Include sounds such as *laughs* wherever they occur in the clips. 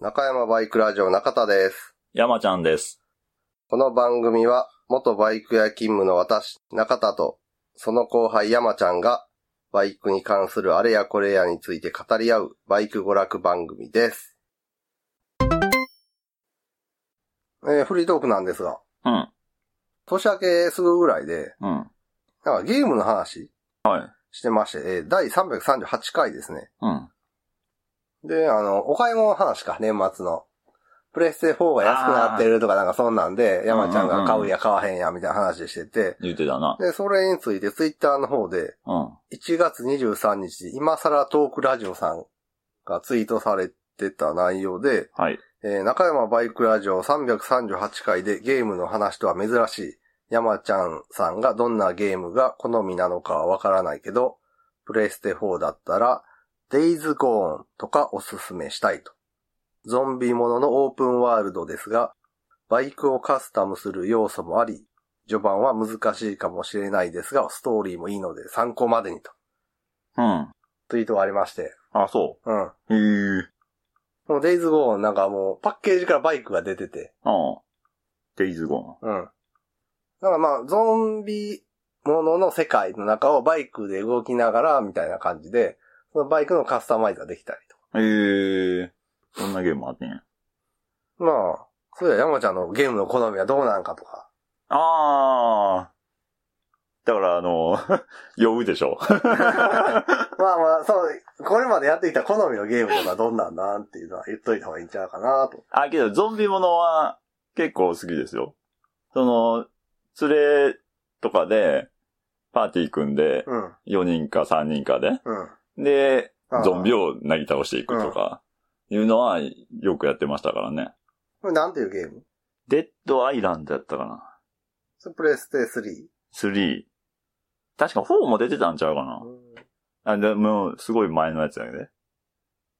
中山バイクラジオ中田です。山ちゃんです。この番組は、元バイク屋勤務の私、中田と、その後輩山ちゃんが、バイクに関するあれやこれやについて語り合う、バイク娯楽番組です。えーフリートークなんですが、うん、年明けすぐぐらいで、うん。はなんかゲームの話い。してまして、えー第338回ですね。うん。で、あの、お買い物の話か、年末の。プレステ4が安くなってるとかなんかそんなんで、山ちゃんが買うや買わへんやみたいな話してて、言ってたな。で、それについてツイッターの方で、うん。 1月23日、今更トークラジオさんがツイートされてた内容で、はい。えー中山バイクラジオ338回でゲームの話とは珍しい。山ちゃんさんがどんなゲームが好みなのかはわからないけど、プレイステ4だったら、デイズゴーンとかおすすめしたいと。ゾンビもののオープンワールドですが、バイクをカスタムする要素もあり、序盤は難しいかもしれないですが、ストーリーもいいので参考までにと、うん。あ、ツイートがありまして。そうん。う。へえ。このデイズゴーンなんかもうパッケージからバイクが出てて、ああ。デイズゴうん。だからまあ、ゾンビものの世界の中をバイクで動きながら、みたいな感じで、そのバイクのカスタマイズができたりとーン。へえ。どんなゲームあってんか。まあ、それでは山ちゃんのゲームの好みはどうなんかとか。ああ。だから、あの、 *laughs* 酔うでしょ。まあまあ、そう、これまでやってきた好みのゲームとかどんなんなんっていうのは言っといた方がいいんちゃうかなと。あ、けど、ゾンビものは結構好きですよ。その、連れとかで、パーティー組んで、うん、 4人か3人かで、うん。で、ああゾンビをなぎ倒していくとか、いうのはよくやってましたからね。これなんていうゲームデッドアイランドやったかな。それプレステ3。 3。確か4も出てたんちゃうかなう。んあ、でも、すごい前のやつだよね。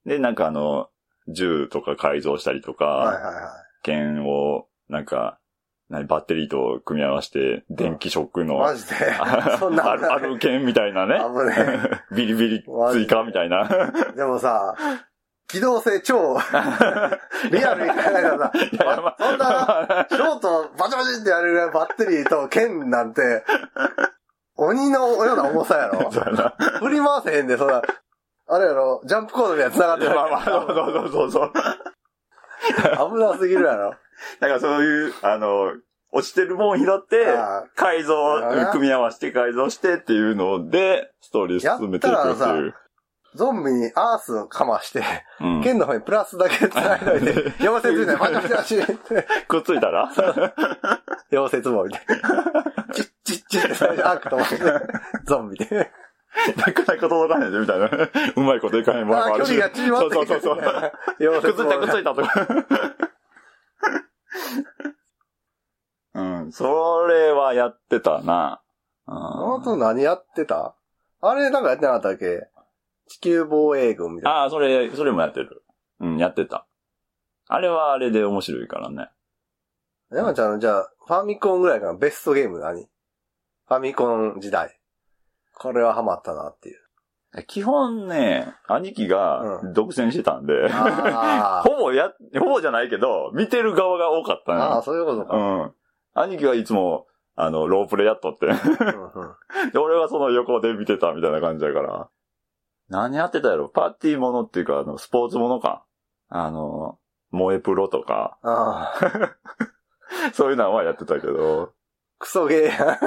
で、なんかあの、銃とか改造したりとか、はいはいはい。剣を、なんか、何、バッテリーと組み合わせて、電気ショックの、マジで *laughs* あ。そんなある、ある剣みたいなね。危ねビリビリ追加みたいな。え。でもさ、機動性超、 *laughs* リアルに考えたらさ、 *laughs* いやいやまあそんな、ショートバチバチってやるぐらいバッテリーと剣なんて、鬼のような重さやろ *laughs* そうやな。振り回せへんで、そんな、あれやろジャンプコードには繋がってまあまあ、そうなそうそうそう。い。危なすぎるやろだからそういう、あの、落ちてるもん拾ってああ、改造なるほど、な組み合わせて改造してっていうので、ストーリー進めていくっていう。ゾンビにアースをかまして、うん剣の方にプラスだけ繋いで *laughs* いて、妖精ついてバチバチバチって、くっつい *laughs* たら妖精つぼみたいな。チッチッチッって最初悪と思って、ゾンビで。なかなか届かないでみたいな。 *laughs* う *laughs* まいこといかへん場合あも距あるし。離が縮まってそうきてそるうそうみたいそう。な。 *laughs* 妖く精っつつぼいみたくっついたとか。うん、それはやってたな。うんあと何やってたあれなんかやってなかったっけ地球防衛軍みたいな。ああ、それ、それもやってる。うん、やってた。あれはあれで面白いからね。山ちゃんのじゃあ、ファミコンぐらいかなベストゲーム何ファミコン時代。これはハマったな *laughs* っていう。基本ね、兄貴がう独占してたんで、あー *laughs* ほぼや、ほぼじゃないけど、見てる側が多かったあー、な。そういうことうか。ん。兄貴はいつも、あの、ロープレやっとって。 *laughs* うんうんで俺はその横で見てたみたいな感じだから。何やってたやろパーティーものっていうか、あの、スポーツものか。あの、萌えプロとか、ああ、そういうのはやってたけど、クソゲーや。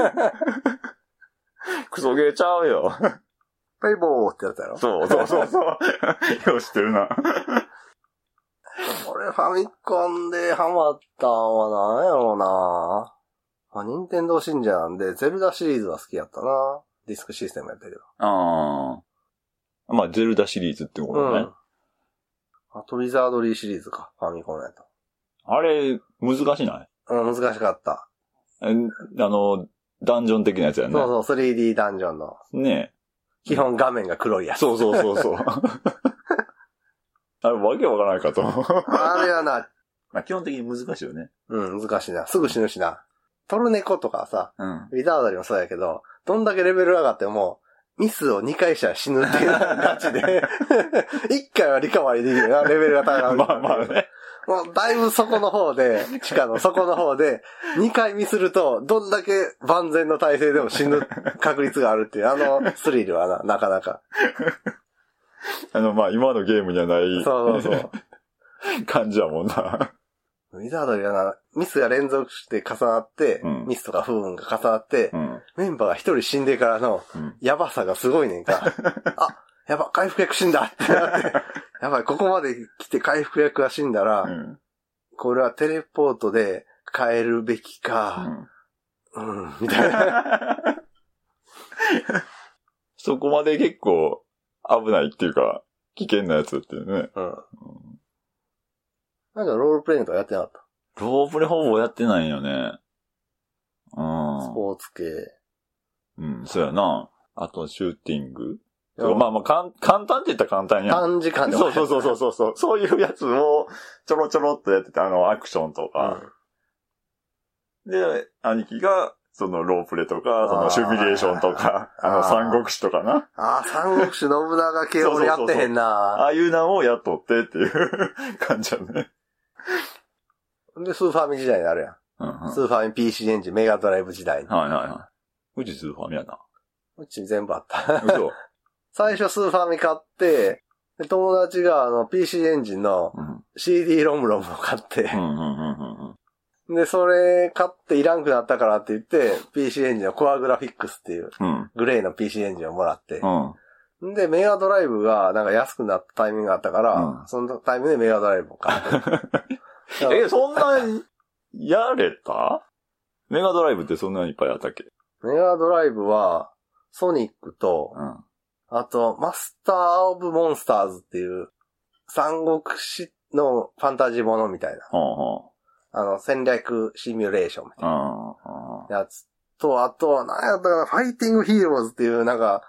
クソゲーちゃうよ。 *laughs* ペイボーってやつやろそうそうそう *laughs* そう。よう知ってるな。俺ファミコンでハマったんは何やろうなまあ、任天堂信者なんで、ゼルダシリーズは好きやったなディスクシステムやったけど。ああ。まあ、ゼルダシリーズってことね。うん。あと、ウィザードリーシリーズか。ファミコンやと。あれ、難しないうん、難しかった。えあの、ダンジョン的なやつやね。そうそう、3D ダンジョンの。ね基本画面が黒いやえ。つ。そうそうそう *laughs* そう。あれ、わけわからないかと思う。あれはな、 *laughs* まあ、基本的に難しいよね。うん、難しいな。すぐ死ぬしな。トルネコとかさ、うん。ウィザードリーもそうやけど、どんだけレベル上がっても、ミスを2回したら死ぬっていうガチで、1回はリカバリーできるな、レベルがま高あい。まあね。もうだいぶそこの方 *laughs* で、地下の底の方で、2回ミスると、どんだけ万全の体制でも死ぬ確率があるっていう、あのスリルはな、なかなか。あの、まあ今のゲームにはないそうそうそう。 *laughs* 感じやもんな。ウィザードにはな、ミスが連続して重なって、うんミスとか不運が重なって、うん。メンバーが一人死んでからのうん、やばさがすごいねんか。あ、やば、回復役死んだ *laughs* ってなって、やばい、ここまで来て回復役が死んだら、うん。これはテレポートで変えるべきか、うん、みたいな。そこまで結構危ないっていうか、危険なやつっていうね。うん。なんかロールプレイングとかやってなかった。ロープレほぼやってないよね。うんスポーツ系。うん、そうやな。あと、シューティング。いやまあまあ、かん簡単って言ったら簡単やん。短時間でそうそうそうそうそうそう。そういうやつをちょろちょろっとやってて、あの、アクションうとん。か。で、兄貴が、その、ロープレとか、その、あーシュミュレーションとか、あの、あー三国志とかな。ああ、三国志信長系俺やってへんなああいうのをやっとってっていう感じやね。で、スーファミ時代になるやん。うん、うん。はいスーファミ PC エンジン、メガドライブ時代に。はいはい。うちスーファミやな。うち全部あった。嘘。最初スーファミ買って、で友達があの PC エンジンのうん。 CD ロムロムを買ってう、んうんうんうんうん。で、それ買っていらんくなったからって言って、PC エンジンのコアグラフィックスっていううん。グレーの PC エンジンをもらって、うん。で、メガドライブがなんか安くなったタイミングがあったから、うんそのタイミングでメガドライブを買って。だから *laughs* え、そんなに、やれたメガドライブってそんなにいっぱいあったっけメガドライブは、ソニックと、うん。あと、マスター・オブ・モンスターズっていう、三国志のファンタジーものみたいな、ほうほ。あの、戦略シミュレーションみたいううん。うんなやつと、あとは、なんやったかな、ファイティング・ヒーローズっていう、なんか、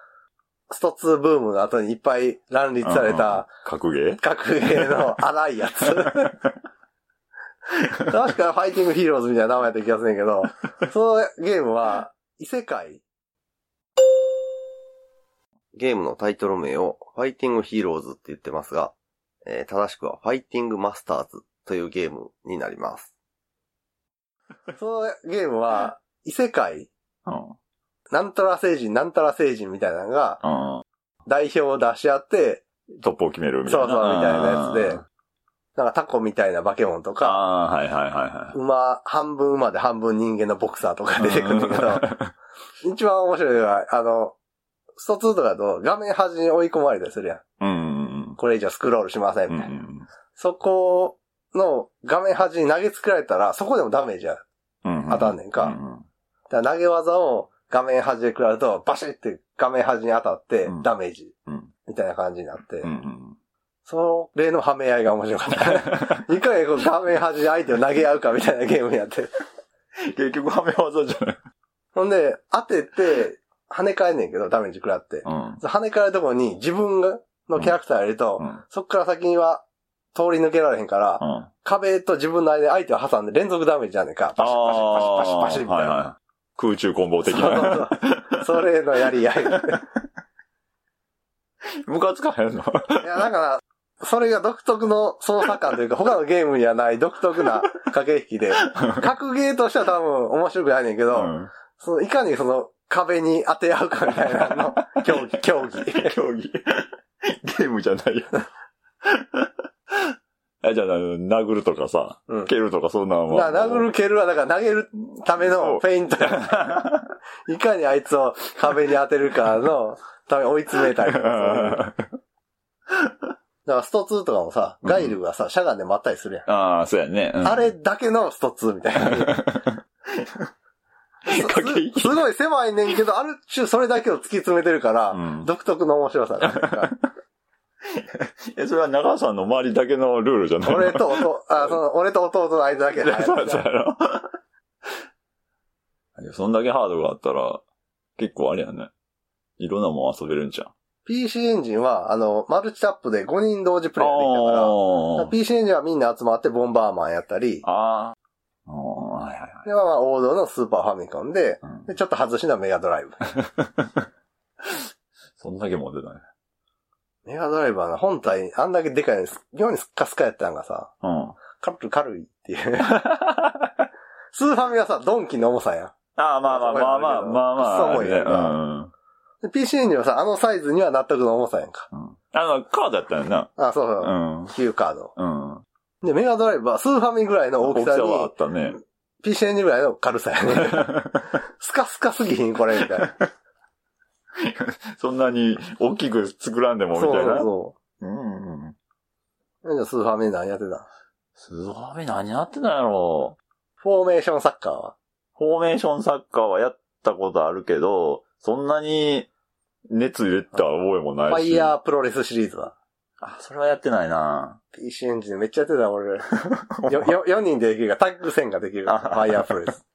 スト2ブームの後にいっぱい乱立された、。格ゲー格ゲーの荒いやつ。確かファイティングヒーローズみたいな名前やった気がするんやけど、そのゲームは異世界ゲームのタイトル名をファイティングヒーローズって言ってますが、えー正しくはファイティングマスターズというゲームになります。そのゲームは異世界、うん。なんたら星人、なんたら星人みたいなのがう代表を出し合って、ん。トップを決めるみたいそな。うそう、みたいなやつであ、なんかタコみたいな化け物とーか、あー、はいはいはい馬、半分馬で半分人間のボクサーとかはい。出てくるんだけど、 *laughs* 一番面白いのは、あの、スト2とかだと画面端に追い込まれたりするやん。うん。これ以上スクロールしません、うみんたいな。そこの画面端に投げつけられたら、そこでもダメージある。うん。当たんねんかだから投げ技を画面端で食らうと、バシッて画面端に当たってうんダメージうん。みたいな感じになってうん。う、ん。その例のはめ合いが面白かった。 *laughs* いかにこう画面端に相手を投げ合うかみたいなゲームになって結局、はめ技じゃない。ほんで、当てて、跳ね返んねんけど、ダメージ食らって。うん。跳ね返るとこに自分がのキャラクター入れると、うん。そっから先には通り抜けられへんから、あ壁と自分の間で相手を挟んで連続ダメージじゃねえか。パシッパシッパシッパシッパシッみたいな。な。空中コンボ的 *laughs* な。そうそうそう。それのやり合い。いや、ムカつかへんだのから、それが独特の操作感というか、他のゲームにはない独特 *laughs* な駆け引きで、格ゲーとしては多分面白くないねんけど、うんそのいかにその壁に当て合うかみたいなの、 *laughs* 競技、競技。競技。ゲームじ *laughs* ゃないよ。え、じゃあ、殴るとかさ、うん蹴るとかそんなんだかは。ら殴る蹴るは、だから投げるためのフェイントや。 *laughs* いかにあいつを壁に当てるかのために追い詰めたりとかそういう。だかあらスト2とかもさ、ガイルがさ、しゃがんで待ったりするやん。あー、そうやね。うんあれだけのスト2みたいな。 *laughs* 駆け引きすすごい狭いねんけど、ある種それだけを突き詰めてるから、うん独特の面白さがあるから。え、それは長尾さんの周りだけのルールじゃないの俺と弟、あ、その、俺と弟の間だけで。 *laughs* そうそうやろ。そんだけハードがあったら、結構あれやね。いろんなもん遊べるんじゃん。 PC エンジンは、あの、マルチタップで5人同時プレイができたから、だからあ PC エンジンはみんな集まってボンバーマンやったり、あー。あーはいはいはい。で、まあまあ王道のスーパーファミコンで、うんでちょっと外しのはメガドライブ。そんだけ持ってたね。メガドライバーの本体、あんだけでかいのに、妙にスッカスカやったんがさ、うん。軽ル軽いっていう。スーファミはさ、ドンキの重さやん。ああ、まあまあまあまあまあまあ。そうやね。なうんうん。で PC にはさ、あのサイズには納得の重さやんか。うんあの、カードやったよな。あ、そううそう。ん。旧カード。うん。で、メガドライバー、スーファミぐらいの大きさに、はあったね。 *laughs* PC にぐらいの軽さやね。スカスカすぎひん、これ、みたい *laughs* な。そんなに大きく作らんでもみそうたいそうな。そうんうん。う。じゃあ、スーファミ何やってたすごい、何やってたんやろフォーメーションサッカーはフォーメーションサッカーはやったことあるけど、そんなに熱入れた覚えもないし。ファイヤープロレスシリーズはあ、それはやってないな PC エンジンめっちゃやってた、俺。よ、よ、4人でできるから、タッグ戦ができるから、ファイヤープロレス。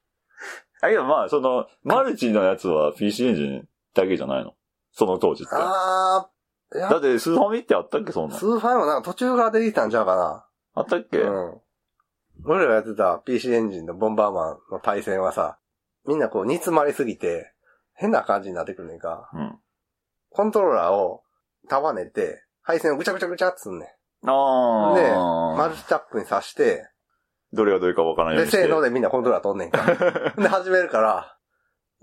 あ、けどまあ、その、マルチのやつは PC エンジンだけじゃないのその当時って。だあー、いや、って、スーファミってあったっけそんなんス。ーファイもなんか途中から出てきたんちゃうかな。あったっけ、うん。俺らがやってた PC エンジンのボンバーマンの対戦はさ、みんなこう煮詰まりすぎて、変な感じになってくるねんか。うん。コントローラーを束ねて、配線をぐちゃぐちゃぐちゃってすんねん。ああ。でマルチタップに挿して、どれがどれかわからないよで、うにして。せー *laughs* のでみんなコントローラー取んねんか。で、始めるから、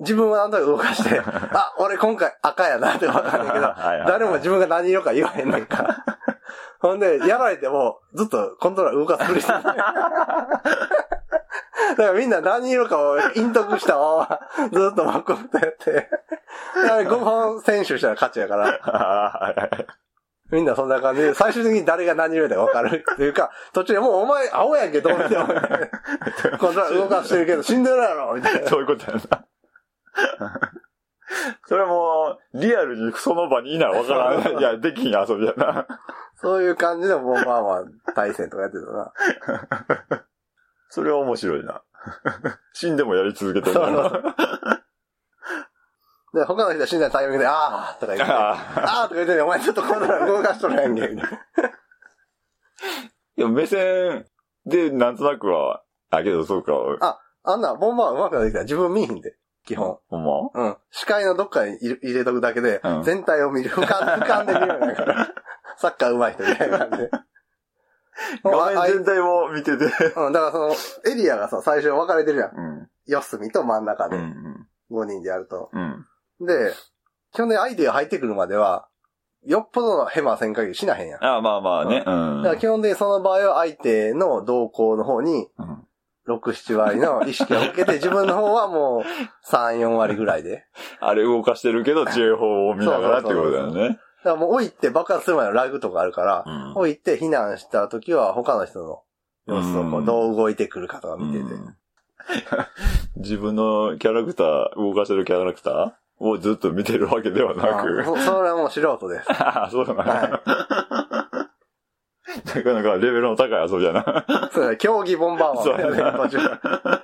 自分は何となく動か *laughs* して、あ、俺今回赤やなってわかるんだけど、はいはい誰も自分が何色か言わへんねん *laughs* か。ほんで、やられても、ずっとコントローラー動かすふ *laughs* りしてる。だからみんな何色かを陰徳したまま、ずっとバックアップや *laughs* って。だから5本選手したら勝ちやから、はいはいみんなそんな感じで、最終的に誰が何色だか分かるっていう *laughs* か、途中でもうお前青やんけど、 *laughs* みたいな。コントローラー動かしてるけど、死んでるやろみたいな。 *laughs* そういうことやな。それも、リアルにその場にいなわからない。いや、できひん遊びやな。そういう感じでボンバーマン対戦とかやってたな。それは面白いな。 *laughs* 死んでもやり続けてるそうそな。 *laughs* うで、他の人は死んだタイミングで、あーとか言って、ああーとか言ってね、お前ちょっとコントローラー動かしとるやんけ、みたいな。でも目線で、なんとなくは、あ、けどそうか。あんな、ボンバーマン上手くなってきたら自分見えへんで、基本。ほんまうん。視界のどっかに入れとくだけで、うん全体を見る。俯瞰、俯瞰で見るようになる *laughs* から。サッカー上手い人みたいな感じで。もうあ画あい面全体も見てて。うん、だからその、エリアがさ、最初分かれてるやん。うん。四隅と真ん中うで、ん。 5人でやると。うん。で、基本的に相手が入ってくるまでは、よっぽどのヘマせん限りしなへんやん。だあまあまあね。うからん基本的にその場合は相手の動向の方に、うん。 6、7割の意識を受けて、自分の方はもう、3、4割ぐらいで。あれ動かしてるけど、知恵法を見ながらってことだよね。だからもう置いて爆発するまでのラグとかあるから、うん置いて避難した時は他の人の様子をこうどう動いてくるかとか見てて。うん *laughs* 自分のキャラクター、動かしてるキャラクターをずっと見てるわけではなあく。そそれはもう素人 *laughs* です。ああ、そうなんだ。はなかなかレベルの高い遊びやな。そうだね競技ボンバーマンそう *laughs* やな途中。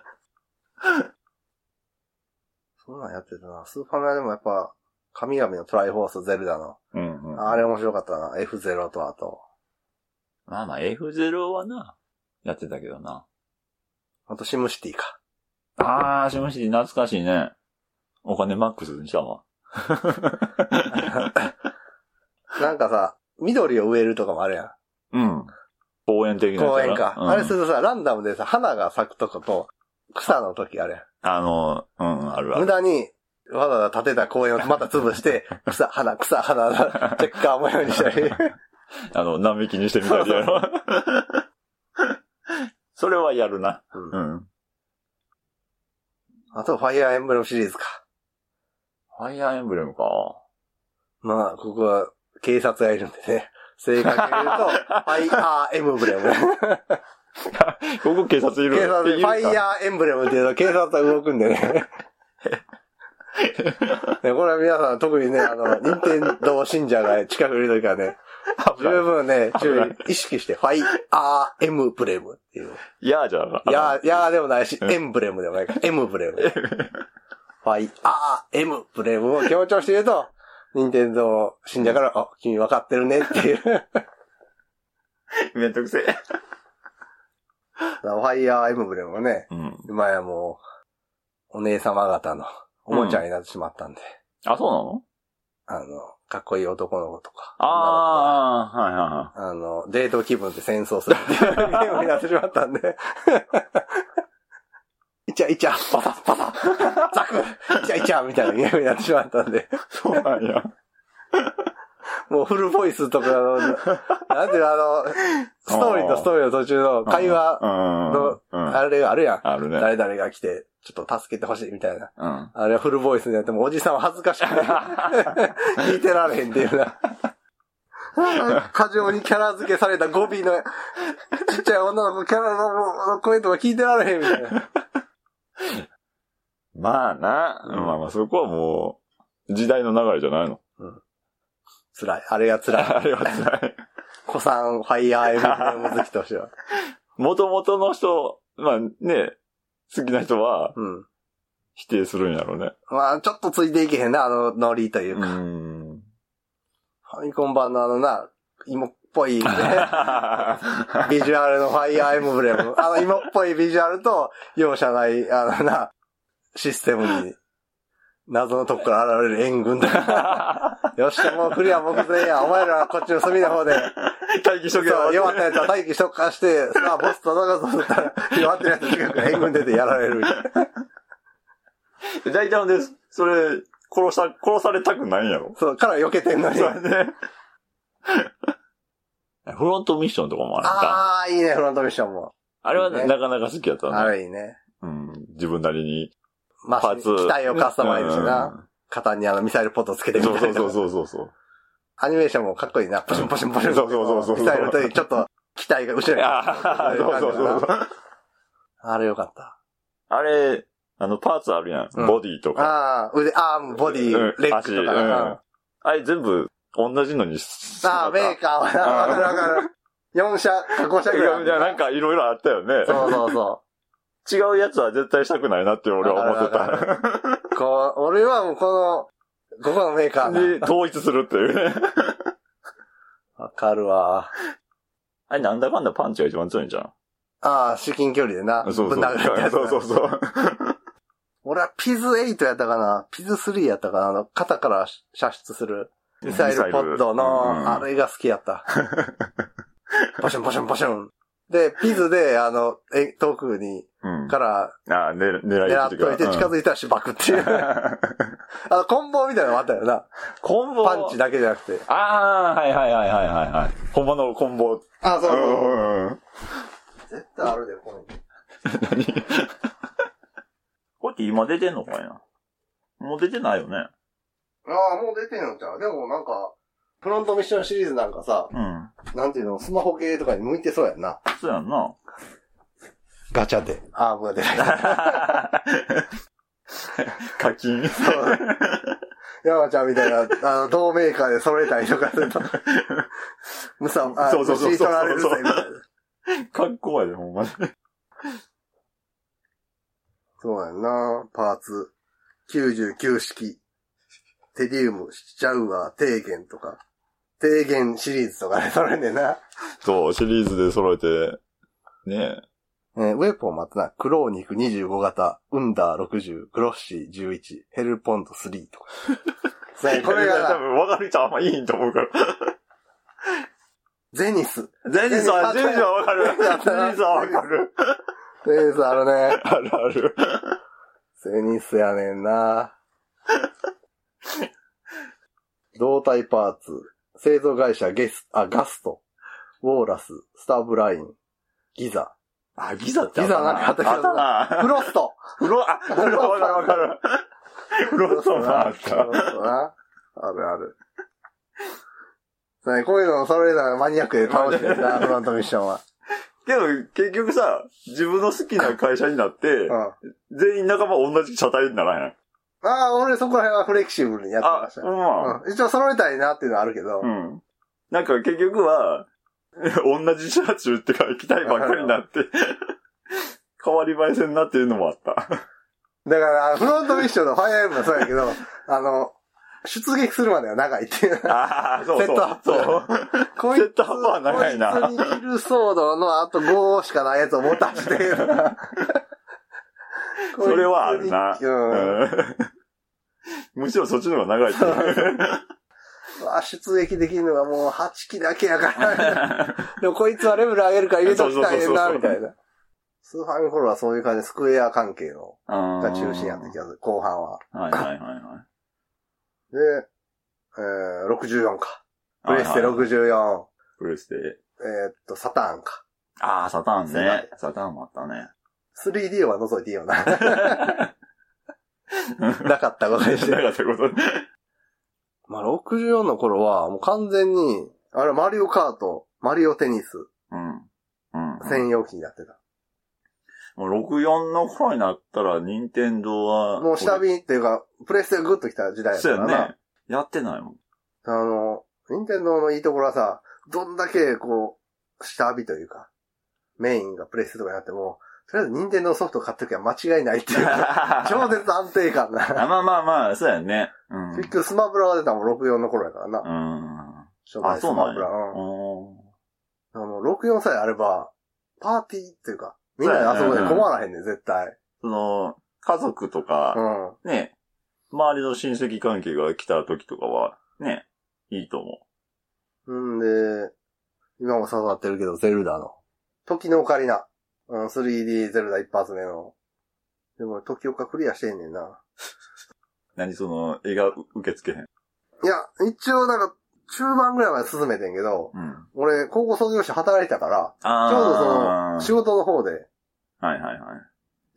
そんなんやってたな。スーパーマンでもやっぱ、神々のトライフォースゼルダの。うんうんあれ面白かったな。F0 とあと。まあまあ F0 はな、やってたけどな。あとシムシティか。 *laughs* ああ、しもし、懐かしいね。お金マックスにしたわ。なんかさ、緑を植えるとかもあるやん。うん。公園的なやつ公や園なか。うんあれするとさ、ランダムでさ、花が咲くとこと、草の時あるあの、うん、あるやあん。無る。駄に、わざわざ建てた公園をまた潰 *laughs* して、草、花、草、花、 *laughs* チェッカー模様にしたり。あの、何匹にしてみたりや *laughs* ろ。それはやるな。うんうん。あと、ファイアーエンブレムシリーズか。ファイアーエンブレムか。まあ、ここは警察がいるんでね。正確に言う *laughs* と、ファイアーエンブレム。ここ警察いる警察で、いるフかァイアーエンブレムっていうと警察が動くん *laughs* でね。ねこれは皆さん、特にね、あの、任天堂信者が近くにいるときはね、危十ない分ね、危な注い意、意識して、ファイアーエムブレムっていう。いやーじゃん。いやー、いやーでもないし、うんエンブレムでもないから、エムブ *laughs* レム。ファイアーエムブレムを強調して言うと、任天堂信者から、あ、君分かってるねっていう。めんどくせえ。ファイヤーエムブレムはね、うん。今やもう、お姉様方のおもちゃになってしまったんで。あ、そうなあのの、かっこいい男の子とか。女のああ、はいはいはい。子があの、デート気分で戦争するっていうゲームになってしまったんで。 *laughs* イチャイチャ、パサパサ、ザク、イチャイチャみたいなゲームになってしまったんで。そうなんや。もうフルボイスとかの、なんていうのあの、ストーリーとストーリーの途中の会話、の、うんあれがあるやん。あるね。誰々が来て、ちょっと助けてほしいみたいな。うん。あれはフルボイスになっても、おじさんは恥ずかしくて、 *laughs* 聞いてられへんっていうな。過剰にキャラ付けされた語尾の、ちっちゃい女の子、キャラの声とか聞いてられへんみたいな。 *laughs* まあな、うんまあまあそこはもう、時代の流れじゃないの。辛い。あれが辛い。あれは辛い。子さん、ファイヤーエムブレム好きとしては。 *laughs* 元々の人、まあね、好きな人はうん。否定するんやろうね。まあ、ちょっとついていけへんな、あのノリといううか。 *laughs* ん。ファミコン版のあのな、芋っぽい、ね、ビジュアルのファイアーエムブレ *laughs* ム。あの、芋っぽいビジュアルと、容赦ない、あのな、システムに、謎のとこから現れる援軍 *laughs* だ。よっしゃ、もうクリア目前や。お前らはこっちの隅の方で、待機しとけそう、よ。弱ったやつは待機しとくかして、さあ、ボスと戦うぞとったら、弱ってるやつ近くから援軍出てやられるみたいな。大体で、それ、殺した、殺されたくないんやろ。そう、から避けてんのに。そうやね。 *laughs* フロントミッションとかもあるんだ。ああ、いいね、フロントミッションも。あれはねねなかなか好きやったあね。れいいね。うん。自分なりにまパあ、ーツ。機体をカスタマイズしてな。肩にあの、ミサイルポットつけてうん。みたいそな。うそうそうそうそ *laughs* うそう。アニメーションもかっこいいな。ポシュンポシュンポシュン。そうそうそうそうミサイルというちょっと、機体が後ろに。ああ、そうそうそうそう。あれよかった。あれ、あの、パーツあるやうんん。ボディとか。ああ、腕、アーム、ボディ、うんレッ足グうとんかな。ああれ全部、同じのにしあ、メーク。カーはな、わうんかるわかる。4社、5社いぐらやい。いやなんかいろいろあったそようね。そうそ違うやつは絶対したくないなって俺は思ってわかるた。う。こう、俺はもうこの、ここのメーカーでな。、統一するっていうね。わかるわ。 *laughs* あれ、なんだかんだパンチが一番強いんじゃん。ああ、至近距離でな。そうそぶん殴られたやう。つそうそうそう。俺はピズ8やったかな。ピズ3やったかな。あの、肩から射出する。ミサイルポッドミサイルの、あうんれが好きや *laughs* った。ポシュンポシュンポシュン。で、ピズで、あの、え、遠くに、うん。からああ、ね狙い狙っ撃ちといて近づいたら芝くっていう。 *laughs* あの、コンボみたいなのもあったよな。コンボ。パンチだけじゃなくて。ああ、はいはいはいはいはいはい。本物のコンボ。あ、そううそうそうんうんうん。絶対あるで、この何これって今出てんのかいなもう出てないよね。ああ、もう出てんのちゃうでもなんか、フロントミッションシリーズなんかさ、うん。なんていうの、スマホ系とかに向いてそうやんな。そうやんな。ガチャで。ああ、もう出ない。課 *laughs* 金。 *laughs* 山ちゃんみたいな、あの、同メーカーで揃えたりとかす *laughs* ると、むさ、あ、そうそうそうそう虫取られるぜ、みたいな。格好やで、ほんまに。そうやんなパーツ。99式。テリウム、シチャウアー、低減とか。低減シリーズとかね、それでな。そう、シリーズで揃えて、ねえーウェポンまたな、クローニク25型、ウンダー60、グロッシー11、ヘルポンド3とか。 *laughs* そうやえ。これが多な、分、わかる人あんまいいと思うから。ゼニス。全然さ、全然わかる。全やったな然わかる。ゼニスあるね。あるある。ゼニスやねんな胴体パーツ、製造会社ゲス、あ、ガスト、ウォーラス、スターブライン、ギザ、あ、ギザってあっギたザなんかあな。ったけどなフロストフロ、あ、フロ、わかるわかる。フロストもあっフたロ。ストな。あるある。ね、こういうの、それらマニアックで楽しいです *laughs* な、フロントミッションは。けど、結局さ、自分の好きな会社になってうん。、あ全員仲間同じ車体にならへん。あ、俺そこら辺はフレキシブルにやってまあした、うよ。んま。うん、一応揃えたいなっていうのはあるけど、うん。なんか結局は、同じ車中ってか、機体ばっかりになって、変わり映えせんなっていうのもあった。だから、フロントミッションのファイアーエムもそうやけ *laughs* ど、あの、出撃するまでは長いっていう。 *laughs* ああ、そうセそットアッう。そう。こセットアップは長いなこいつにいるソードのあと5しかないやつを持た *laughs* して。それはあるなこいつにうんうんむしろそっちの方が長いっていう。あ、出撃できるのがもう8機だけやから。 *laughs* でもこいつはレベル上げるから入れときたいねんな、そうそうそうそうみたいな。 *laughs* スーファミの頃はそういう感じでスクエア関係のがが中心やった気がする、後半は。はいはいはいはで、えー、64か。い。プレステはいはい。 64。プレステ。えーっと、サターンか。ああ、サターン世代ね。サターンもあったね。 3D は除いていいよ *laughs* な。ななかったことにして。かったことね。まあ、64の頃は、もう完全に、あれ、マリオカート、マリオテニス、うん。うん。専用機になってた。もう64の頃になったら、任天堂は。もう下火っていうか、プレステがグッときた時代やったそうからやな。ね。やってないもん。あの、任天堂のいいところはさ、どんだけこう、下火というか、メインがプレステとかになっても、とりあえず任天堂のソフト買っときゃ間違いないっていう *laughs* か、超絶安定感 *laughs* あな。まあまあまあ、そうやね。うん。結局スマブラが出たのも64の頃やからなう。ん。初あ、代スそうなマんブやラ。うんおーあの、64さえあれば、パーティーっていうか、みんなで遊ぶで困らへんねん、絶対。その、家族とうか、ん。ね、周りの親戚関係が来た時とかは、ね、いいと思うんで、今も刺さってるけど、ゼルダの。時のオカリナ。うん、3D ゼルダ一発目の。でも、時岡クリアしてんねんな。う。何その、映画受け付けへん。いや、一応なんか、中盤ぐらいまで進めてんけど、うん。俺、高校卒業して働いてたから、ああ。ちょうどその、仕事の方で、はいはいはい。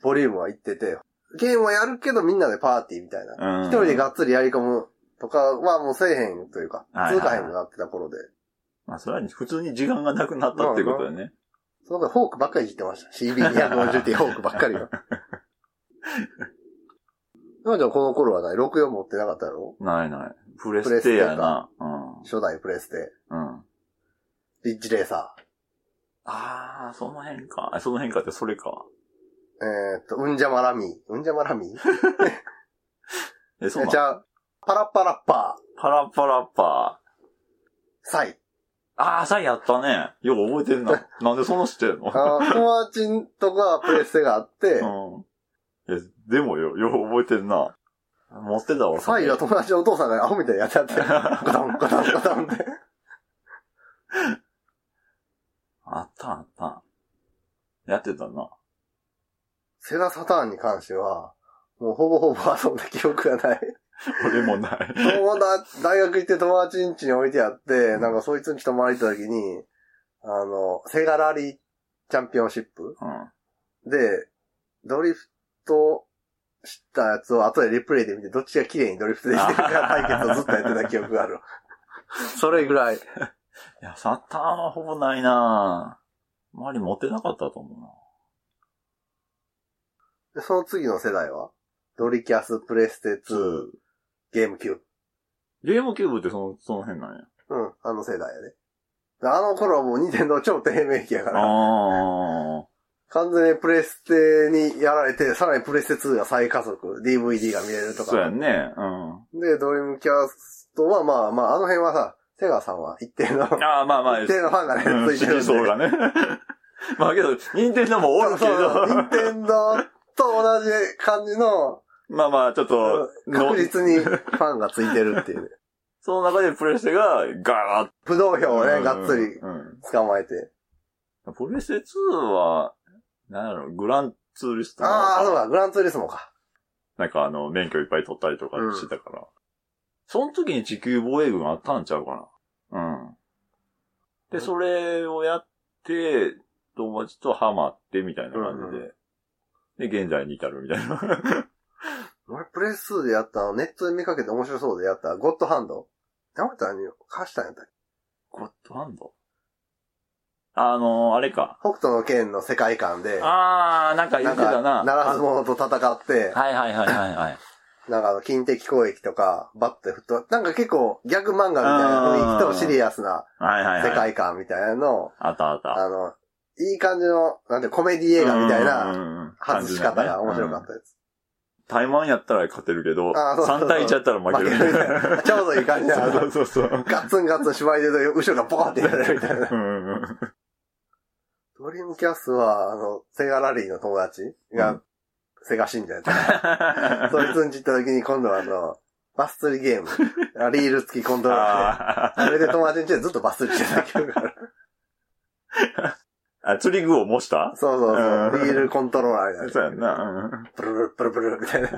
ボリュームは行ってて、ゲームはやるけどみんなでパーティーみたいな。うん一人でがっつりやり込むとかはもうせえへんというか、はい通は過いへんになってた頃で。まあ、それは普通に時間がなくなったっていうことだよね。その時フォークばっかりいじってました。CB250T フォークば *laughs* っかりが。なじゃこの頃はない、64持ってなかったやろないない。プレプレスステテややなな。初代プレステ。うん。うん。リッジレーサああ、その辺か。あその辺かってそれか。ー。えーっと、うんじゃまラミー。うんじゃまラミーえ、そうえじなのゃあ、パラッパラッパー。パラパラッパー。サイ。ああ、さ、やったね。よく覚えてん *laughs* な。なんでその知ってんのあー友達んとかプレステがあって、うん。え、でもよ、よく覚えてんな。持ってたわ、サイは友達のお父さんがアホみたいにやってや *laughs* って、ガタンガタンガタンって。あったあった。やってたな。セガサターンに関しては、もうほぼほ *laughs* ぼ遊んだ記憶が *laughs* ない。俺もない。友達、大学行って友達ん家に置いてあって、なんかそいつに泊まりに行った時に、あの、セガラリーチャンピオンシップうん。で、ドリフトしたやつを後でリプレイで見て、どっちが綺麗にドリフトできてるか対決をずっとやってた記憶がある。 *laughs* それぐらい。いや、サターンはほぼないな周り持ってなかったと思うな。でその次の世代はドリキャス、プレステ2、ゲームキューブ。ゲームキューブってその、その辺なんや。うん、あの世代やで。であの頃はもう任天堂超低迷期やから。あ完全にプレステにやられて、さらにプレステ2が再加速、DVD が見れるあ。とそうやか。んね。うん。で、ドリームキャストはまあまあ、あの辺はさ、セガさんは一定の、ああ、 *laughs* まあま *laughs* あ。一定のファンがね、うんついてるんで。支持層がね。まあけど、任天堂もおそるうけそう、任ど、天堂と同じ感じの、まあまあ、ちょっと、の確実にファンがついてるっていうね。 *laughs* その中でプレステがガーッ不動票をうね、んがっつりうん捕まえて。プレステ2は、なんやろ、グランツーリストのああ、そうか、グランツーリスモか。なんかあの、免許いっぱい取ったりとかしてたから。その時に地球防衛軍あったんちゃうかな。うん。で、それをやって、友達とハマってみたいな感じで。で、現在に至るみた *laughs* いな。俺、プレス2でやったの、ネットで見かけて面白そうでやった、ゴッドハンド。山田に貸したんやったっけゴッドハンドあのあれか。北斗の剣の世界観で。あー、なんか言なっんてたか、な。ならず者と戦って、はいはいはいはいはい。なんかあの、金的攻撃とか、バッて振った、なんか結構ギャグ漫画みたいな雰囲気とシリアスなはいはいはい。世界観みたいなのを、あったあった。あの、いい感じの、なんてコメディ映画みたいなな外し方が面白かったやつ。台湾やったら勝てるけど、あーそうそうそう3対1やったら負け負る。けるみたい *laughs* なちょうどいい感じだな *laughs* そうそうそうそう。ガッツンガッツン芝居で後ろがボーンってやられるみたいな。うんうんドリームキャスは、あの、セガラリーの友達うがん、 *laughs* セガ信者やったから、そいつに行った時に今度はあの、バス釣り *laughs* ゲーム。あリール付きコントローラーね。ああーれで友達ん家でずっとバス釣りしてた記憶 *laughs* がある。あ、釣り具を模したそうそうそうう。んリールコントローラーみたそういやんな。うんな。プルルルプルプルみたいな。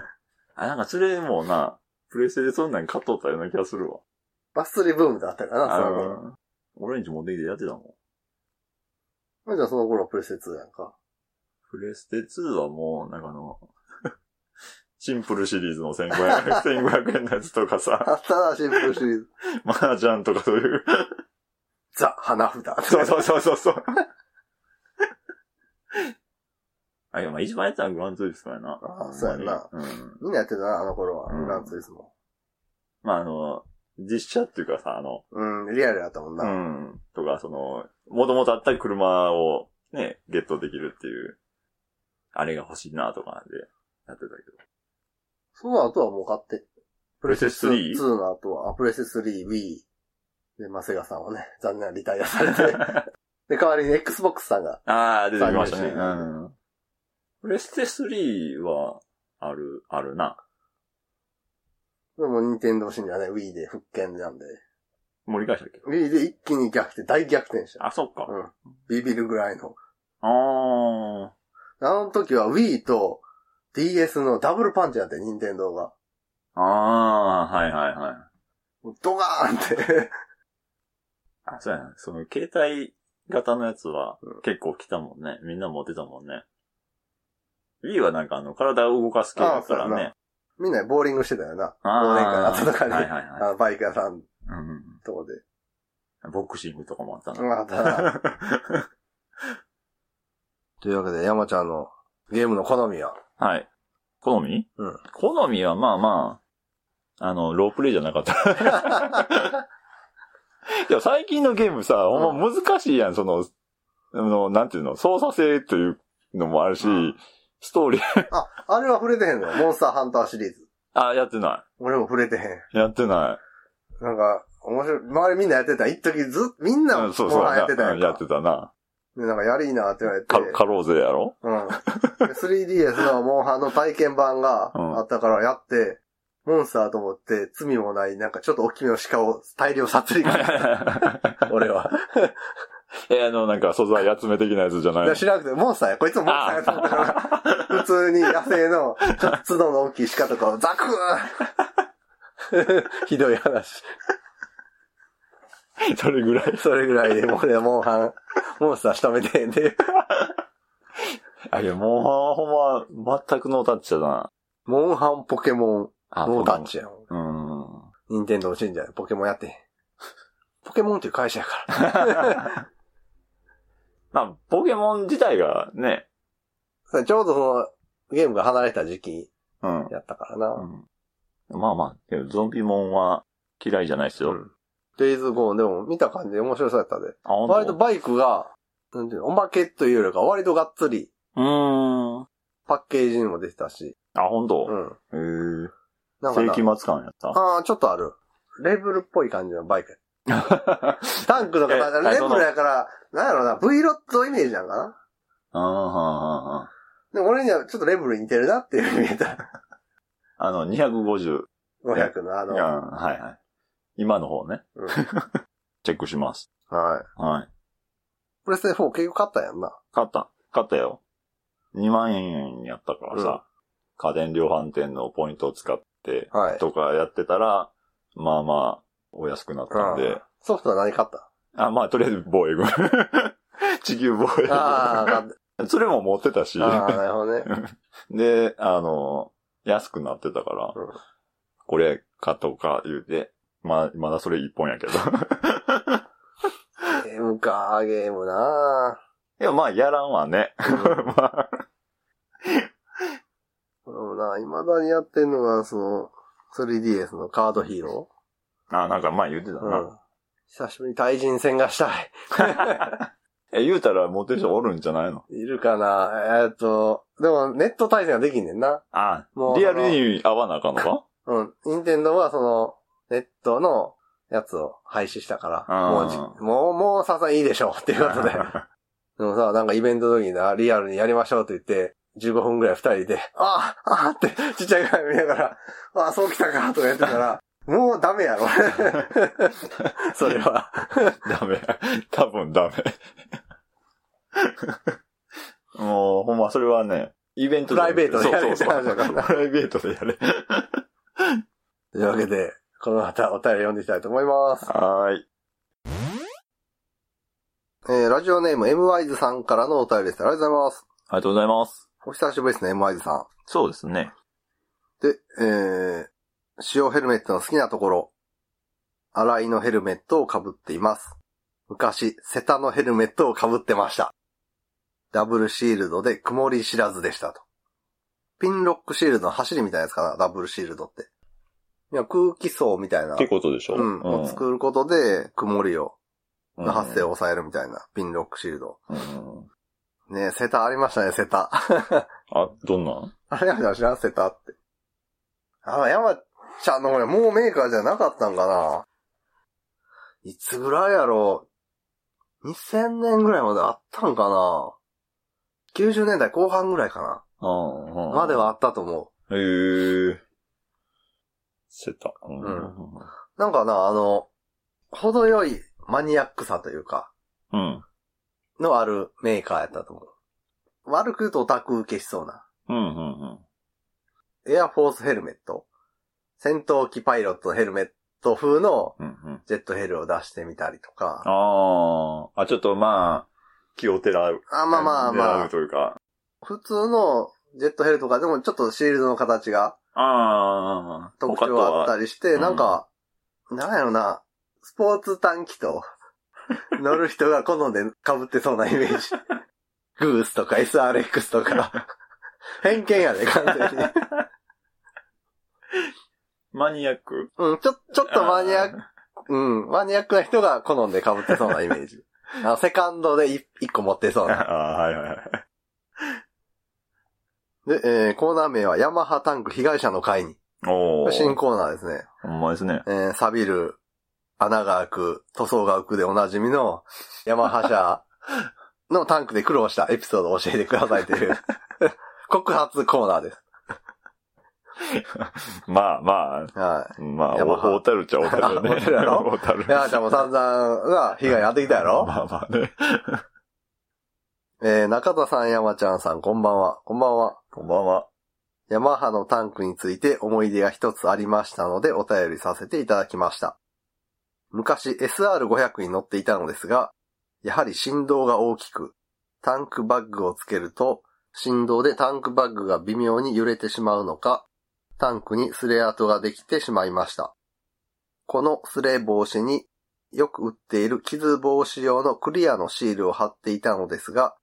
あ、なんかそれもな、プレイステでそんなん買っとったような気がするわ。バス釣りブームだったからな、あその頃。の、オレンジ持ってきてやってたもん。まあじゃあその頃プレステ2やんか。プレステ2はもう、なんかあの、 *laughs* シンプルシリーズの1500円、1500円の *laughs* やつとかさ、あったな、シンプルシリーズ。マージャンとかそういう。ザ・花札。そうそうそうそうそう。あ、いや、まあ一番やったのはグランツーリスモやな。あそうやなうん。みんなやってたな、あの頃は。うんグランツーリスモ。まああの、実写っていうかさ、あの、うん、リアルだったもんうな。ん。とか、その、もともとあった車をね、ゲットできるっていう、あれが欲しいなとかで、やってたけど。その後はもう買って。プレステ 3? 2の後は、あプレステ3、Wii。で、まあ、セガさんはね、残念なリタイアされ *laughs* て。で、代わりに Xbox さんが。ああ、出てきました参ね。入してうん。プレステ3は、ある、あるな。でも、任天堂信者はね、Wii で復権なんで。盛り返したっけ Wii で一気に逆転、大逆転した。あ、そっか。うん。ビビるぐらいの。ああ。あの時は Wii と DS のダブルパンチだって、任天堂が。ああ、はいはいはい。もうドガーンって。 *laughs* あ、そうやな。その、携帯型のやつはうん、結構来たもんね。みんな持ってたもんね。Wii はなんかあの、体を動かす系だからあそうやね。みんなでボーリングしてたよな。あ忘年会のあ後とかにはいはいあはのバイク屋さんい。うんとこで。うん。ボクシングとかもあったな。あった *laughs* なというわけで、山ちゃんのゲームの好みは、はい。好みうん。好みはまあまあ、あの、ロープレイじゃなかった。 *laughs* でも最近のゲームさ、ほんま難しいやん、その、あの、なんていうの、操作性というのもあるし、うんストーリ *laughs* ー、あ、あれは触れてへんのモンスターハンターシリーズ。あ、やってな俺も触れてへん。い。やってななんか、面白い。周りみんなやってた。一時ずっ、みんい。な、うん、そうモそンう。ハンやってたやうんんか。やってたな。で、なんか、やりいいなって言われて。か、かろうぜやろ *laughs* うん。で 3DS のモンハンの体験版がうんあったからやって、モンスターと思って、罪もない、なんかちょっと大きめの鹿を大量殺 *laughs* 戮俺は。え、あの、なんか素材集め的なやつじゃな *laughs* いで知らなくて、モンスターや。こいつモンスターやと思ったから、普通に野生の、ちょっと角の大きい鹿とかをザク *laughs* ーンひどい話。それぐら *laughs* い。それぐらいで、 *laughs* 俺はモンハン、モンスター仕留めてんで、あ、いや、もうほんま、全くノータッチだな。モンハンポケモン、あノータッチ。やん。うん。 *laughs* 任天堂信者でポケモンやってへん。ポケモンっていう会社やから。まあ、ポケモン自体がね、そう *laughs* ちょうどその、ゲームが離れた時期うん。やったからな。うんまあまあ、でもゾンビモンは嫌いじゃないですよ。うんデイズゴーでも見た感じで面白そうやったで。あ、ほん割とバイクが、なんていうの、おまけというよりか割とがっつり、うーん。パッケージにも出てたし。あ、ほんとうん。へえ。なんか世な紀末感やった。 *laughs* ああ、ちょっとある。レーブルっぽい感じのバイクや。タンクとか、えだからはいレーブルやから、なんやろな、V ロットイメージなんかな。あーはーはーはーでも俺にはちょっとレーブルに似てるなっていうふうに見えた。 *laughs* あの、250。 500のあうん、の、はいはい。今の方ね。うんチェックします。はい。はい。プレステ4結局買ったやんな。買った。買ったよ。2万円やったからさ、家電量販店のポイントを使って、はい。とかやってたら、まあまあ、お安くなったんで、うんソフトは何買 *laughs* ったあ、まあ、とりあえず防衛軍。 *laughs* 地球防衛ああ、買軍。っそれも持ってたし、た。ああ、なるほどね。で、あの、安くなってたから、うんこれ買っとこうか言うて、まあ、まだそれ一本や *laughs* けど。ゲームか、ゲームなぁ。いや、まあ、やらんわね。 *laughs* まあ、これもな未だにやってんのが、その、3DS のカードヒーロあなんかまあ言ってたー。な。うん。久しぶりに対人戦がしたい。 *laughs* え、言うたら持ってる人おるんじゃないのいるかなえーっと、でもネット対戦はできんねんな。あもうリアルに合わなあかんのかうん。任天堂はその、ネットのやつを廃止したから、もあうーじ、もう、もう *laughs* さすがにいいでしょう、っていうことで。でもさ、なんかイベントの時にな、リアルにやりましょうって言って、 15分ぐらい二人で、ああ、ああって、ちっちゃい画面見ながら、ああ、そう来たか、とかやってたから、もうダメやろ。それは。 *laughs* ダメ。多分ダメ。 *laughs* もう、ほんま、それはね、イベントじゃなくてプライベートでやれそうそうって話そう。だプライベートでやれ。というわけで、この方お便り読んでいきたいと思います。はーい。えー、ラジオネーム m y ズさんからのお便りです。ありがとうございます。ありがとうございます。お久しぶりですね、m y ズさん。そうですね。で、えー、使用ヘルメットの好きなところ、洗いのヘルメットを被っています。昔、セタのヘルメットを被ってました。ダブルシールドで曇り知らずでしたと。ピンロックシールドの走りみたいなやつかな、ダブルシールドって。いや空気層みたいな。ってことでしょうん。を作ることで、曇りを、うんの発生を抑えるみたいな、ピンロックシールド。うんねセタありましたね、セタ。あ、どんなんあれやじゃ知らんせたって。あ、山ちゃんのこれ、もうメーカーじゃなかったんかないつぐらいやろう ?2000 年ぐらいまであったんかな ?90 年代後半ぐらいかなあまで。はあったと思へえ。セタ。うう。う。なんかな、あの、程よいマニアックさというか、うん。のあるメーカーやったと思う。悪く言うとオタク受けしそうな。うん、うん、エアフォースヘルメット。戦闘機パイロットのヘルメット風のうん。うん、ジェットヘルを出してみたりとか。ああ。あ、ちょっとまあ、気をてらう。あ、まあまあま狙うあ。というか。普通のジェットヘルとかでもちょっとシールドの形がああ。特徴あったり。りして、他となはんか、なんやろな、スポーツ短期 *laughs* と乗る人が好んで被ってそうなイメージ。グースとか SRX とか。偏見やで、完全 *laughs* に。マニアック *laughs* うん、ちょ、ちょっとマニアック、あうん、マニアックな人が好んで被ってそうなイメージ。あのセカンドでい一個持ってそうー *laughs* な。あー、はいはいはい。で、えーコーナー名はヤマハタンク被害者の会に。おお。新コーナーですね。ほんまですね。えー、錆びる、穴が開く、塗装が浮くでおなじみの、ヤマハ社のタンクで苦労したエピソードを教えてくださいという、告発コーナーです。まあまはあ、まあ、ヤマハおおたるっちゃおたるよ *laughs* あね。おたるやろおたるい。。ヤマちゃんも散々が被害に遭ってきたや *laughs* ろまあまあね。えー、中田さん、ヤマちゃんさん、こんばんは。こんばんは。こんばんは。ヤマハのタンクについて思い出が一つありましたのでお便りさせていただきました。昔 SR500 に乗っていたのですが、やはり振動が大きく、タンクバッグをつけると、振動でタンクバッグが微妙に揺れてしまうのか、タンクにスレ跡ができてしまいました。このスレ防止によく売っている傷防止用のクリアのシールを貼っていたのですが、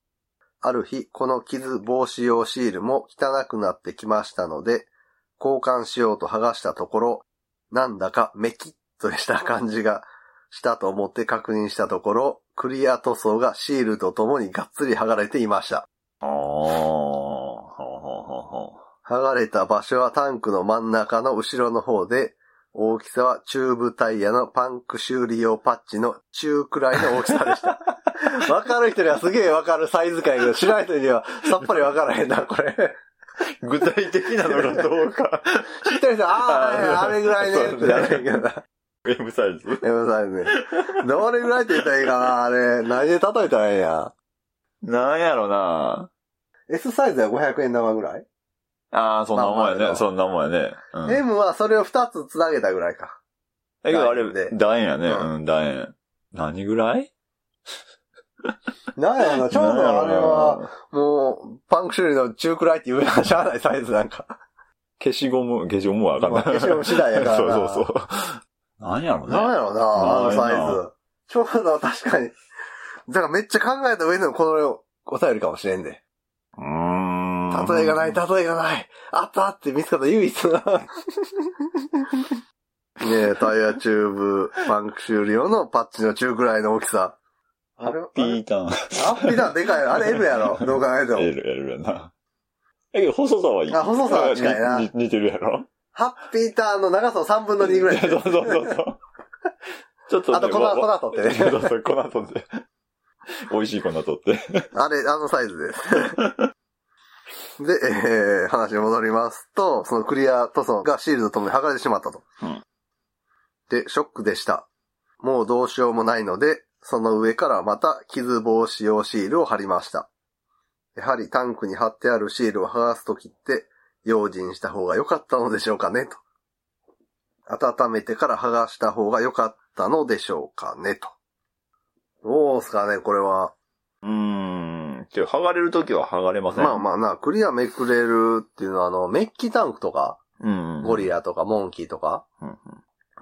ある日、この傷防止用シールも汚くなってきましたので、交換しようと剥がしたところ、なんだかメキッとした感じがしたと思って確認したところ、クリア塗装がシールとともにがっつり剥がれていました。ああ、ほうほうほうほう。剥がれた場所はタンクの真ん中の後ろの方で、大きさはチューブタイヤのパンク修理用パッチの中くらいの大きさでした。わかる人にはすげえわかるサイズ感やけど、知らない人にはさっぱりわからへんな、これ。具体的なのがどう *laughs* か。知ってる人、ああ、はいはいあれぐらい *laughs* ね、ってなるけどな。 M サイズ。やめなさいね。どれぐらいって言ったらいいかな、あれ。何で例えたらいいんや。なんやろな S サイズは500円玉ぐらい、ああ、そんなもんまあやまね。あそんなもんやね。うん。だ ?M はそれを2つつなげたぐらいか。けどあ楕円でれ、楕円やね。うんうん、楕円。何ぐらい *laughs* なんやろな、ちょうどなんやろあなれは、もう、パンク修理の中くらいって言うな、しゃあないサイズなん *laughs* か。消しゴム、消しゴムはわかんない。まあ消しゴム次第やから *laughs* そうなそうそう。なんやろ *laughs* ね。なんやろな、あのサなんやイズろ。ちょうど確かに。だからめっちゃ考えた上でのこのお便りかもしれんで。うーん。例えがない、例えがない。あったって見つかった唯 *laughs* 一な。ねえ、タイヤチューブ、パンク修理用のパッチの中くらいの大きさ。ハッピーターン。アッピーだ、でかい。あれ L やろ。どう考えても。 L、L やな。だけど、細さはいい。あ細さは近いなに似てるやろハッピーターンの長さを3分の2ぐらい。いやそう *laughs* そうそうそう。ちょっと、あと粉、わ粉取ってそねう。そうそう、粉 *laughs* 取って。美味しい粉取って。あれ、あのサイズです。で、えー、話に戻りますと、そのクリア塗装がシールドともに剥がれてしまったと。うんで、ショックでした。もうどうしようもないので、その上からまた傷防止用シールを貼りました。やはりタンクに貼ってあるシールを剥がすときって、用心した方が良かったのでしょうかね、と。温めてから剥がした方が良かったのでしょうかね、と。どうすかね、これは。うーん。けど、剥がれるときは剥がれません。まあまあな、クリアめくれるっていうのは、あの、メッキタンクとか、うんうん。ゴリラとか、モンキーとか。うん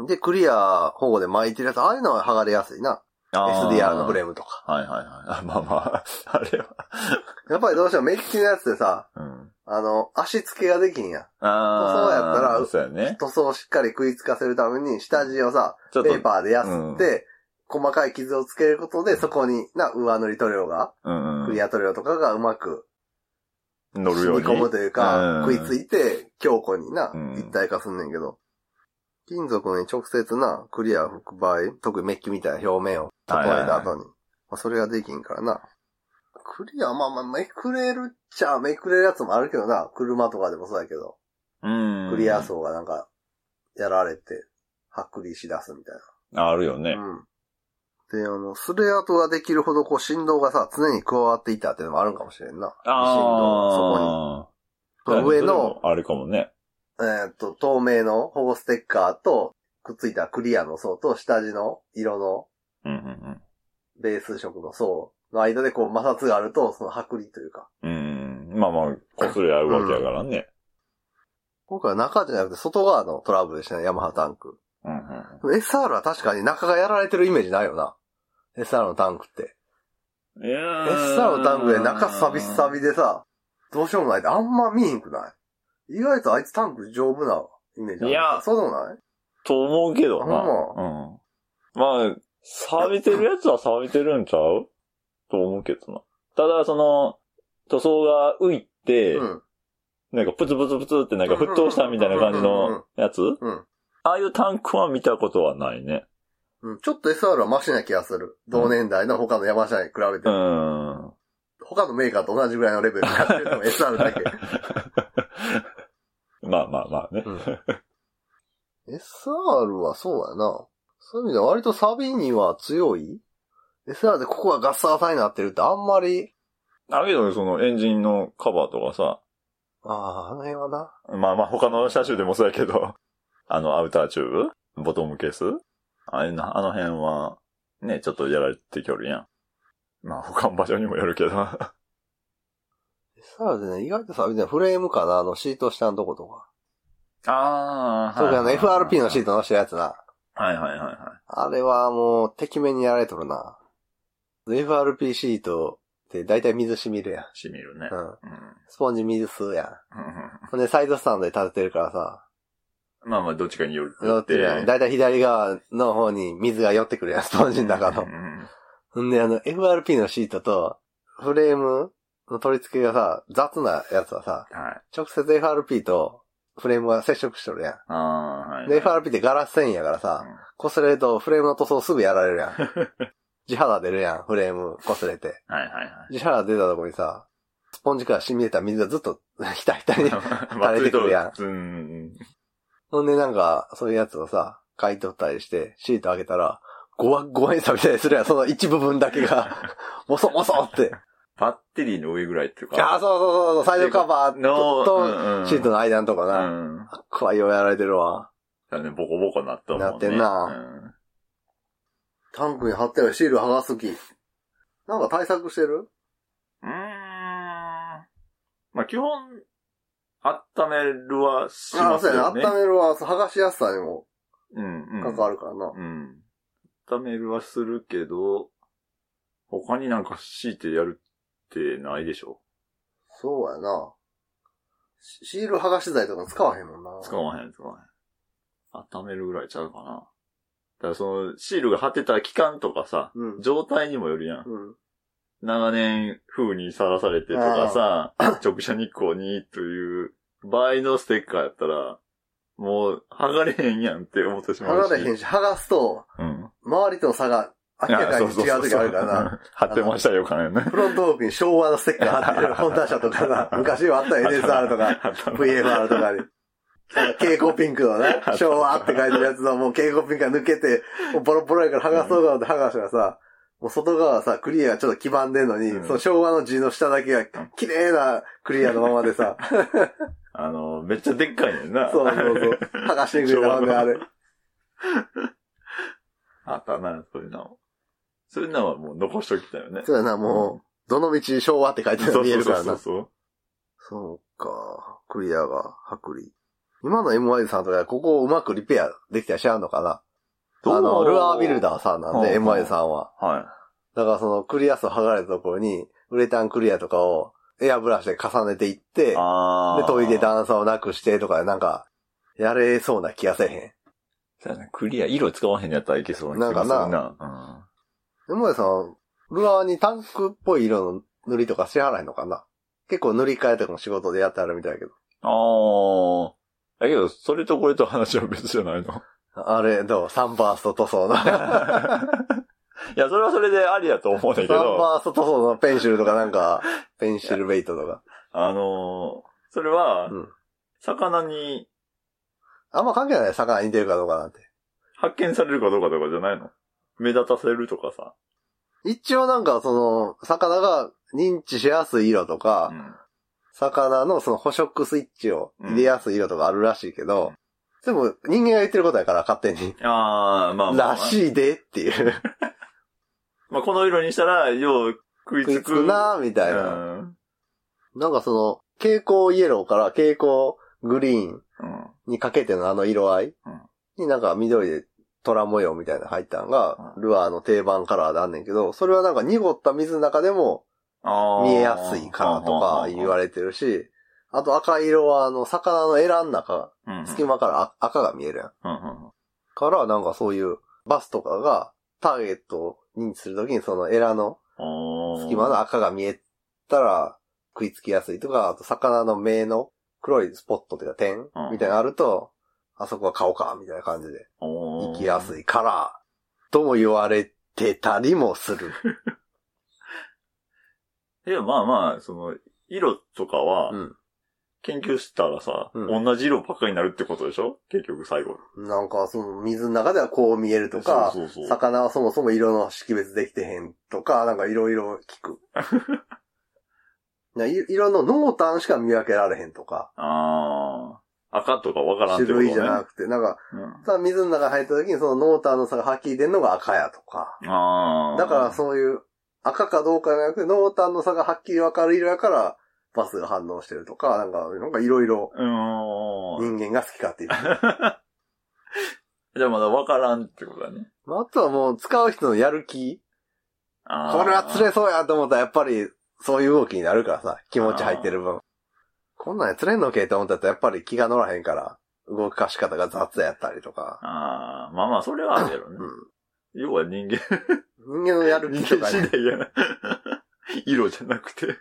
で、クリア保護で巻いてるやつ、ああいうのは剥がれやすいな。あー SDR のフレームとか。はいはいはい *laughs* あ。まあまあ、あれは。やっぱりどうしてもメッキのやつでさ、うん。あの、足付けができんや。ああ。塗そうやったら。そうやね。塗装をしっかり食いつかせるために、下地をさ、ちょっペーと、パーでやすって、細かい傷をつけることで、そこにな、上塗り塗料が、うんクうんリ。ア塗料とかがうまく乗る染ようみに。込むというか、うん食いついて強固になうん、一体化すんねんけど、金属に直接な、クリア拭く場合、特にメッキみたいな表面を整えた後に、まあそれができんからな。クリア、まあまあ、めくれるっちゃ、めくれるやつもあるけどな、車とかでもそうやけど、うん。クリア層がなんか、やられて、剥離しだすみたいあるよねな。。うん。で、あの、スレアトができるほど、こう、振動がさ、常に加わっていたっていうのもあるんかもしれんな。振動がそこに。ああ。その上それのも、あれかもね。えーっと、透明の保護ステッカーと、くっついたクリアの層と、下地の色のうんうんベース色の層の間でこう摩擦があると、その剥離というか。うん。うん。まあまあ、こすれ合うわけやからね。今回は中じゃなくて外側のトラブルでしたね、ヤマハタンク。 *laughs* うんうん。 SR は確かに中がやられてるイメージないよな。SR のタンクって。いや SR のタンクで中サビサビでさ、どうしようもないってあんま見えへんくない意外とあいつタンク丈夫なイメージある。いやそうでもないと思うけどな。ほうん。まあ、錆びてるやつは錆びてるんちゃうと思うけどな。ただ、その、塗装が浮いて、うん。なんかプツプツプツってなんか沸騰したみたいな感じのやつうん。ああいうタンクは見たことはないね。うん。ちょっと SR はマシな気がする。同年代の他の山車に比べてう。ん。他のメーカーと同じぐらいのレベルでやってるのも SR だけ。まあまあまあね。 SR はそうやな。そういう意味では割とサビには強い ?SR でここがガッサガサになってるってあんまり、あけど、そのエンジンのカバーとかさ、ああ、あの辺はな。まあまあ他の車種でもそうやけど、 *laughs* あのアウターチューブボトムケースあれな、あの辺は、ね、ちょっとやられてきょるやん。まあ他の場所にもよるけど。 *laughs* あ SR でね、意外とサビでフレームかな、あのシート下のとことか。あそうか、あの FRP のシート。トのしてるやつな。はいはいはいはい。あれはもう、てきめんにやられとるな。FRP シートって大体水染みるやん。しみるね。うん。うん。スポンジ水吸うやん。うんほんで、サイドスタンドで立ててるからさ。まあまあどっちかによる乗ってるやん。だいたい左側の方に水が寄って *laughs* くるやん、スポンジの中のう。んんで、あの、FRP のシートと、フレームの取り付けがさ、雑なやつはさ、はい。直接 FRP とフレームが接触しとるやああ、はい。ん。で、FRP ってガラス繊維やからさ、擦れるとフレームの塗装すぐやられる *laughs* やん。地肌出るやん、フレーム擦れて。はいはい地肌出たとこにさ、スポンジから染み出た水がずっとひたひたに。はい。 *laughs* 垂れてくるやんまあずっとうん。ほんでなんか、そういうやつをさ、買い取ったりして、シート開けたら、ごわごわにさびたりするやん、その一部分だけが、 *laughs* もそもそって。バッテリーの上ぐらいっていうか。ああ、そうそうそうそう、サイドカバーと、うんうんシートの間のとこな。うん。怖いよ、やられてるわ。だね、ボコボコなったもんね。なってんなタンクに貼ってあるシール剥がすとき。なんか対策してるうん。うーん。まあ、基本、温めるはしああ、ますそうやよね。ね。温めるは、そう剥がしやすさにもうん、う関ん。わるからな。うん。温めるはするけど、他になんか強いてやるってないでしょそうやな。シシール剥がし剤とか使わへんもんな。使わへん、使わへん。温めるぐらいちゃうかな。だからその、シールが貼ってた期間とかさ、うん。状態にもよるやん。うん。長年風にさらされてとかさ、直射日光にという場合のステッカーやったら、もう剥がれへんやんって思ってしまう剥し。がれへんし、剥がすと、うん。周りとの差が明らかに違う時あるからいやそうそうな。そう貼ってましたよ、金ね。フロントオークに昭和のステッカー貼 *laughs* ってる本田社とかな、昔はあったよ NSR とか、貼ったの VFR とかに。蛍光ピンクのね、昭和って書いてるやつのもう蛍光ピンクが抜けて、もうボロボロやから剥がそうかなって剥がしたらさ、もう外側はさ、クリアがちょっと黄ばんでんのに、うんその昭和の字の下だけが綺麗なクリアのままでさ、あの、めっちゃでっかいねんな。そうそうそう、剥がしてくれたもんね、 *laughs* あれ。あったな、そういうの。そういうのはもう残しときたよね。そうやな、もう、どの道昭和って書いてるの見えるからそうな。そうそうか、クリアが剥離。今の MY さんとか、ここをうまくリペアできたりしはんのかなそう。あの、ルアービルダーさんなんで、うんうん MI さんは。ー。はい。だからそのクリア数剥がれたところに、ウレタンクリアとかをエアブラシで重ねていって、で、ああ。研いで。段差をなくしてとか、なんか、やれそうな気がせえへクリア、色使わへんやったらいけそうな気がするな。なんな。ん。MI さん、ルアーにタンクっぽい色の塗りとかしはらへんのかな結構塗り替えとかも仕事でやってあるみたいだけど。うん。ああ。だけど、それとこれと話は別じゃないの。 *laughs* あれ、どうサンバースト塗装の。サンいや、それはそれでありだと思うんだけど、バースト塗装のペンシルとかなん *laughs* か、ペンシルベイトとか。あのーそれはうん、魚にあんま関係ない魚に似てるかどうかなんて。発見されるかどうかとかじゃないの目立たせるとかさ。一応なんかその、魚が認知しやすい色とか、うん魚のその捕食スイッチを入れやすい色とかあるらしいけど、でも人間が言ってることやから勝手に、ああ、まあまあ。らしいでっていう、まあ、この色にしたら、よう食い食ついつく。くなーみたいな。うん。なんかその、蛍光イエローから蛍光グリーンうん。にかけてのあの色合い、うんになんか緑で虎模様みたいなの入ったのが、うルアーの定番カラーであんねんけど、それはなんか濁った水の中でもあ見えやすいからとか言われれてるし、あと赤色はあの魚のエラの中、る隙。間からあ赤が見えるやん。うんうんからなんかそういうバスとかがターゲットを認知するときにそのエラのうん隙間の赤が見えたら食いつきやすいとか、あと魚の目の黒いスポットというか点うんみたいなのあると、あそこは顔か、みたいな感じで行行きやすいから、とも言われてたりもする。い。で、まあまあ、その、色とかうは、ん。研究したらさ、うん同じ色ばっかりになるってことでしょ結局最後。なんかその水の中ではこう見えるとか、そうそうそう。魚はそもそも色の識別できてへんとか、なんかいろいろ聞 *laughs* く。ない色の濃淡しか見分けられへんとか、ああ。赤とかわから種んってことね。類じゃなくて、なんか、うんさ、水の中に入った時にその濃淡の差がはっきり出るのが赤やとか。ああ。だからそういう、赤かどうかじゃなくて濃淡の差がはっきりわかる色やから、バスが反応してるとか、なんか、なんかいろいろうーん。人間が好き *laughs* 勝手言ってる。じゃあまだわからんってことだね。まああとはもう使う人のやる気。あーこれは釣れそうやと思ったらやっぱりそういう動きになるからさ、気持ち入ってる分。こんなんや釣れんのけと思ったらやっぱり気が乗らへんから、動かし方が雑やったりとか。ああ、まあまあ、それはあるやろね。要は人間、うん。人間のやる気人と間かに次。第やな。 *laughs* 色じゃなくて。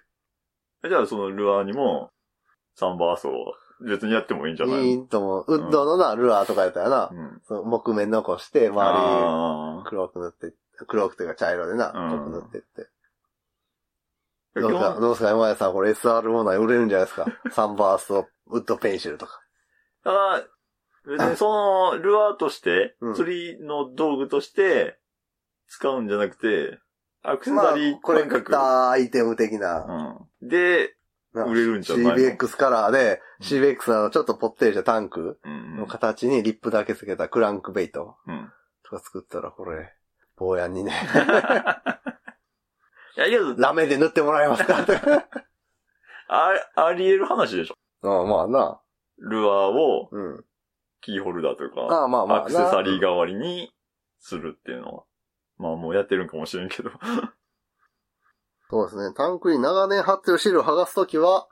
じゃあ、そのルアーにも、サンバースを別にやってもいいんじゃないのいいと思う。ウッドのな、ルアーとかやったらな、うん。その木目残して、周あり黒く塗って、黒くというか茶色でな、うん濃く塗ってって。ーどう基ですか本どうですか山田さん、これ SR もない売れるんじゃないですかサンバースト、ウッドペンシル *laughs* とか。ただ、別にその、ルアーとしてうん、釣りの道具として、使うんじゃなくて、アクセまサあリー、コレ感ク覚。ターアイテム的な。うん。で、な売れるんじゃないの CBX カラーで、うん CBX のあのちょっとぽってりしたタンクうんの形にリップだけつけたクランクベイトうん。とか作ったらこれ、坊やにね、いや、けど、ラメで塗ってもらえますか *laughs* *laughs* って。あ、あり得る話でしょ。ああまあな。ルアーをうん。キーホルダーとか。ああまあまあアな。クセサリー代わりにするっていうのは。まあもうやってるんかもしれんけど。 *laughs* そうですね。タンクに長年張ってるシールを剥がすときは、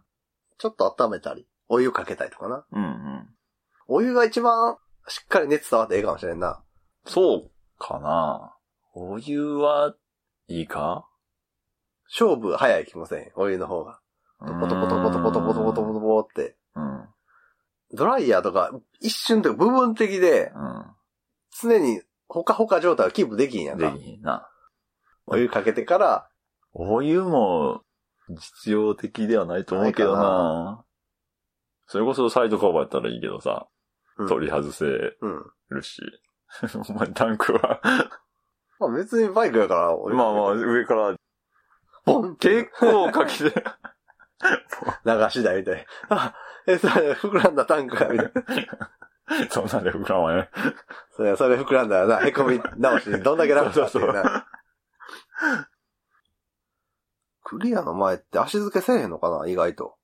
ちょっと温めたり、お湯かけたりとかな。うんうん。お湯が一番しっかり熱伝わってええかもしれんな。そうかな。お湯はいいか勝負早い気もせん。お湯の方が。トコトコトコトコトコトコトコトコって。うん。うん。ドライヤーとか、一瞬というか部分的で、常にほかほか状態をキープできんやんかで。きひんな。お湯かけてから、お湯も実用的ではないと思うけどなないかそれこそサイドカバーやったらいいけどさ、うん取り外せるうん。し。 *laughs* お前タンクは。まあ別にバイクだから、 *laughs* まあまあ、上から、ボン結構かけ *laughs* て、流し台みたいな。あ、え、それ膨らんだタンクかみたいな。そんなんで膨らまない。それ、それ膨らんだ *laughs* らな、へこみ直しでどんだけ楽だっていうそうな。クリアの前って足付けせえへんのかな意外と。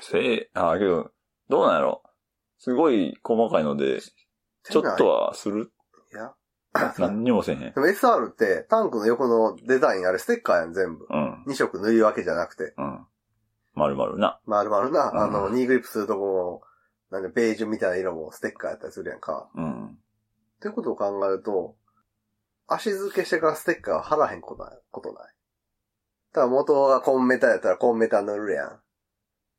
せえ、あ、けど、どうなんやろすごい細かいので、ちょっとはするいや。何にもせえへん。でも SR ってタンクの横のデザインあれステッカーやん、全部。うん、 2色塗り分けじゃなくて。うん。まるまるな。丸々うんな、あの、ニーグリップするとこも、なんでベージュみたいな色もステッカーやったりするやんか。うん。ってことを考えると、足付けしてからステッカーは貼らへんことない。ことないただ元がコンメタやったらコンメタ塗るやん。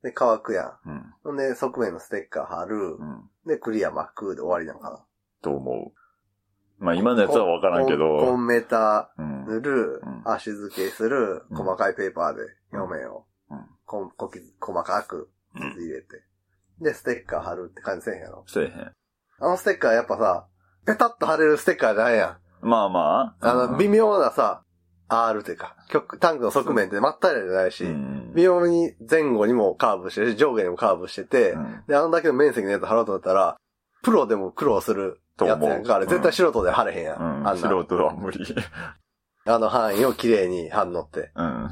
で、乾くやん。うん。ほんで、側面のステッカー貼るう。ん。で、クリア巻くで終わりなのかと思う。まあ今のな。やつはわからんけコンコど。ンメタうん。塗るう、ん足付けする、うん細かいペーパーで表面を、うんこんこき細かくうん入れて。で、ステッカー貼るって感じせえへんやろ。せえへん。あのステッカーやっぱさ、ペタッと貼れるステッカーじゃないやん。まあまあ。あの、微妙なさ、R というか、曲、タンクの側面ってまったりじゃないし、うん微妙に前後にもカーブしてるし、上下にもカーブしてて、うんで、あのだけの面積のやつ貼ろうと思ったら、プロでも苦労するやつやんと思うか、あれ絶対素人で貼れへんやん。うんあんな素人は無理。あの範囲を綺麗に貼んのって。っうん。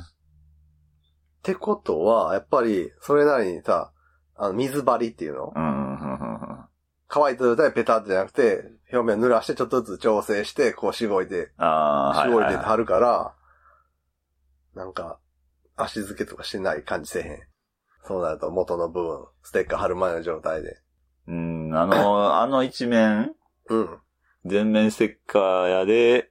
てことは、やっぱり、それなりにさ、あの、水張りっていうのうん。あ乾いた状態でペタってじゃなくて、表面濡らしてちょっとずつ調整して、こうしごいてあー、絞りはいはいではい貼るから、なんか、足付けとかしてない感じせえへん。そうなると元の部分、ステッカー貼る前の状態で。うん、あの、あの一面、うん。全面ステッカーやで、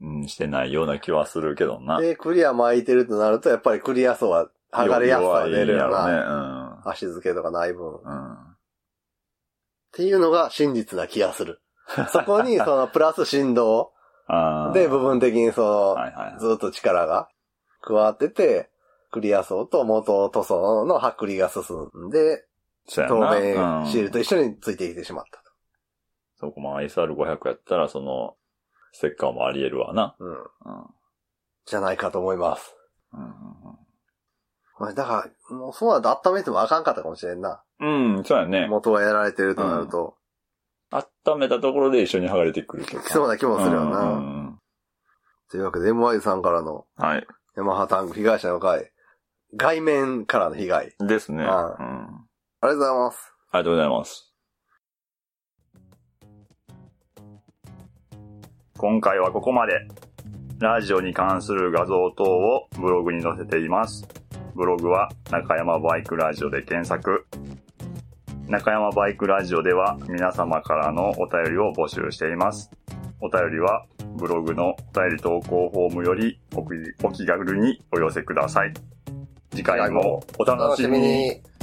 うん、してないような気はするけどな。で、クリア巻いてるとなると、やっぱりクリア層は、剥がれやすさは出るよ弱いな。んやろ足付けとかない分。っうね。うん。うん。ていうのが真実な気がす *laughs* る。そこに、その、プラス振動あーで、部分的にそはいはいはの、いずっと力が加わってて、クリア層と元塗装の剥離が進んで、そうや透な明シールうんと一緒についてきてしまったそうか、まあ SR500 やったら、その、ステッカーもあり得るわな。と。うん。うん。じゃないかと思います。うまあ、だから、もうそうなると温めてもあかんかったかもしれんな。ん、うんそうやね。元はやられてるとなると、温めたところで一緒に剥がれてくるとか。きそうな気もするよな。うんうんうんというわけで、MY さんからのはい。ヤマハタンク被害者の会、外面からの被害。ありですね。うん。はいがあとうございます。りがとうございます。今回はここまで。ラジオに関する画像等をブログに載せています。ブログは中山バイクラジオで検索。中山バイクラジオでは皆様からのお便りを募集しています。お便りはブログのお便り投稿フォームよりお気お気軽にお寄せください。次回もお楽しみに。。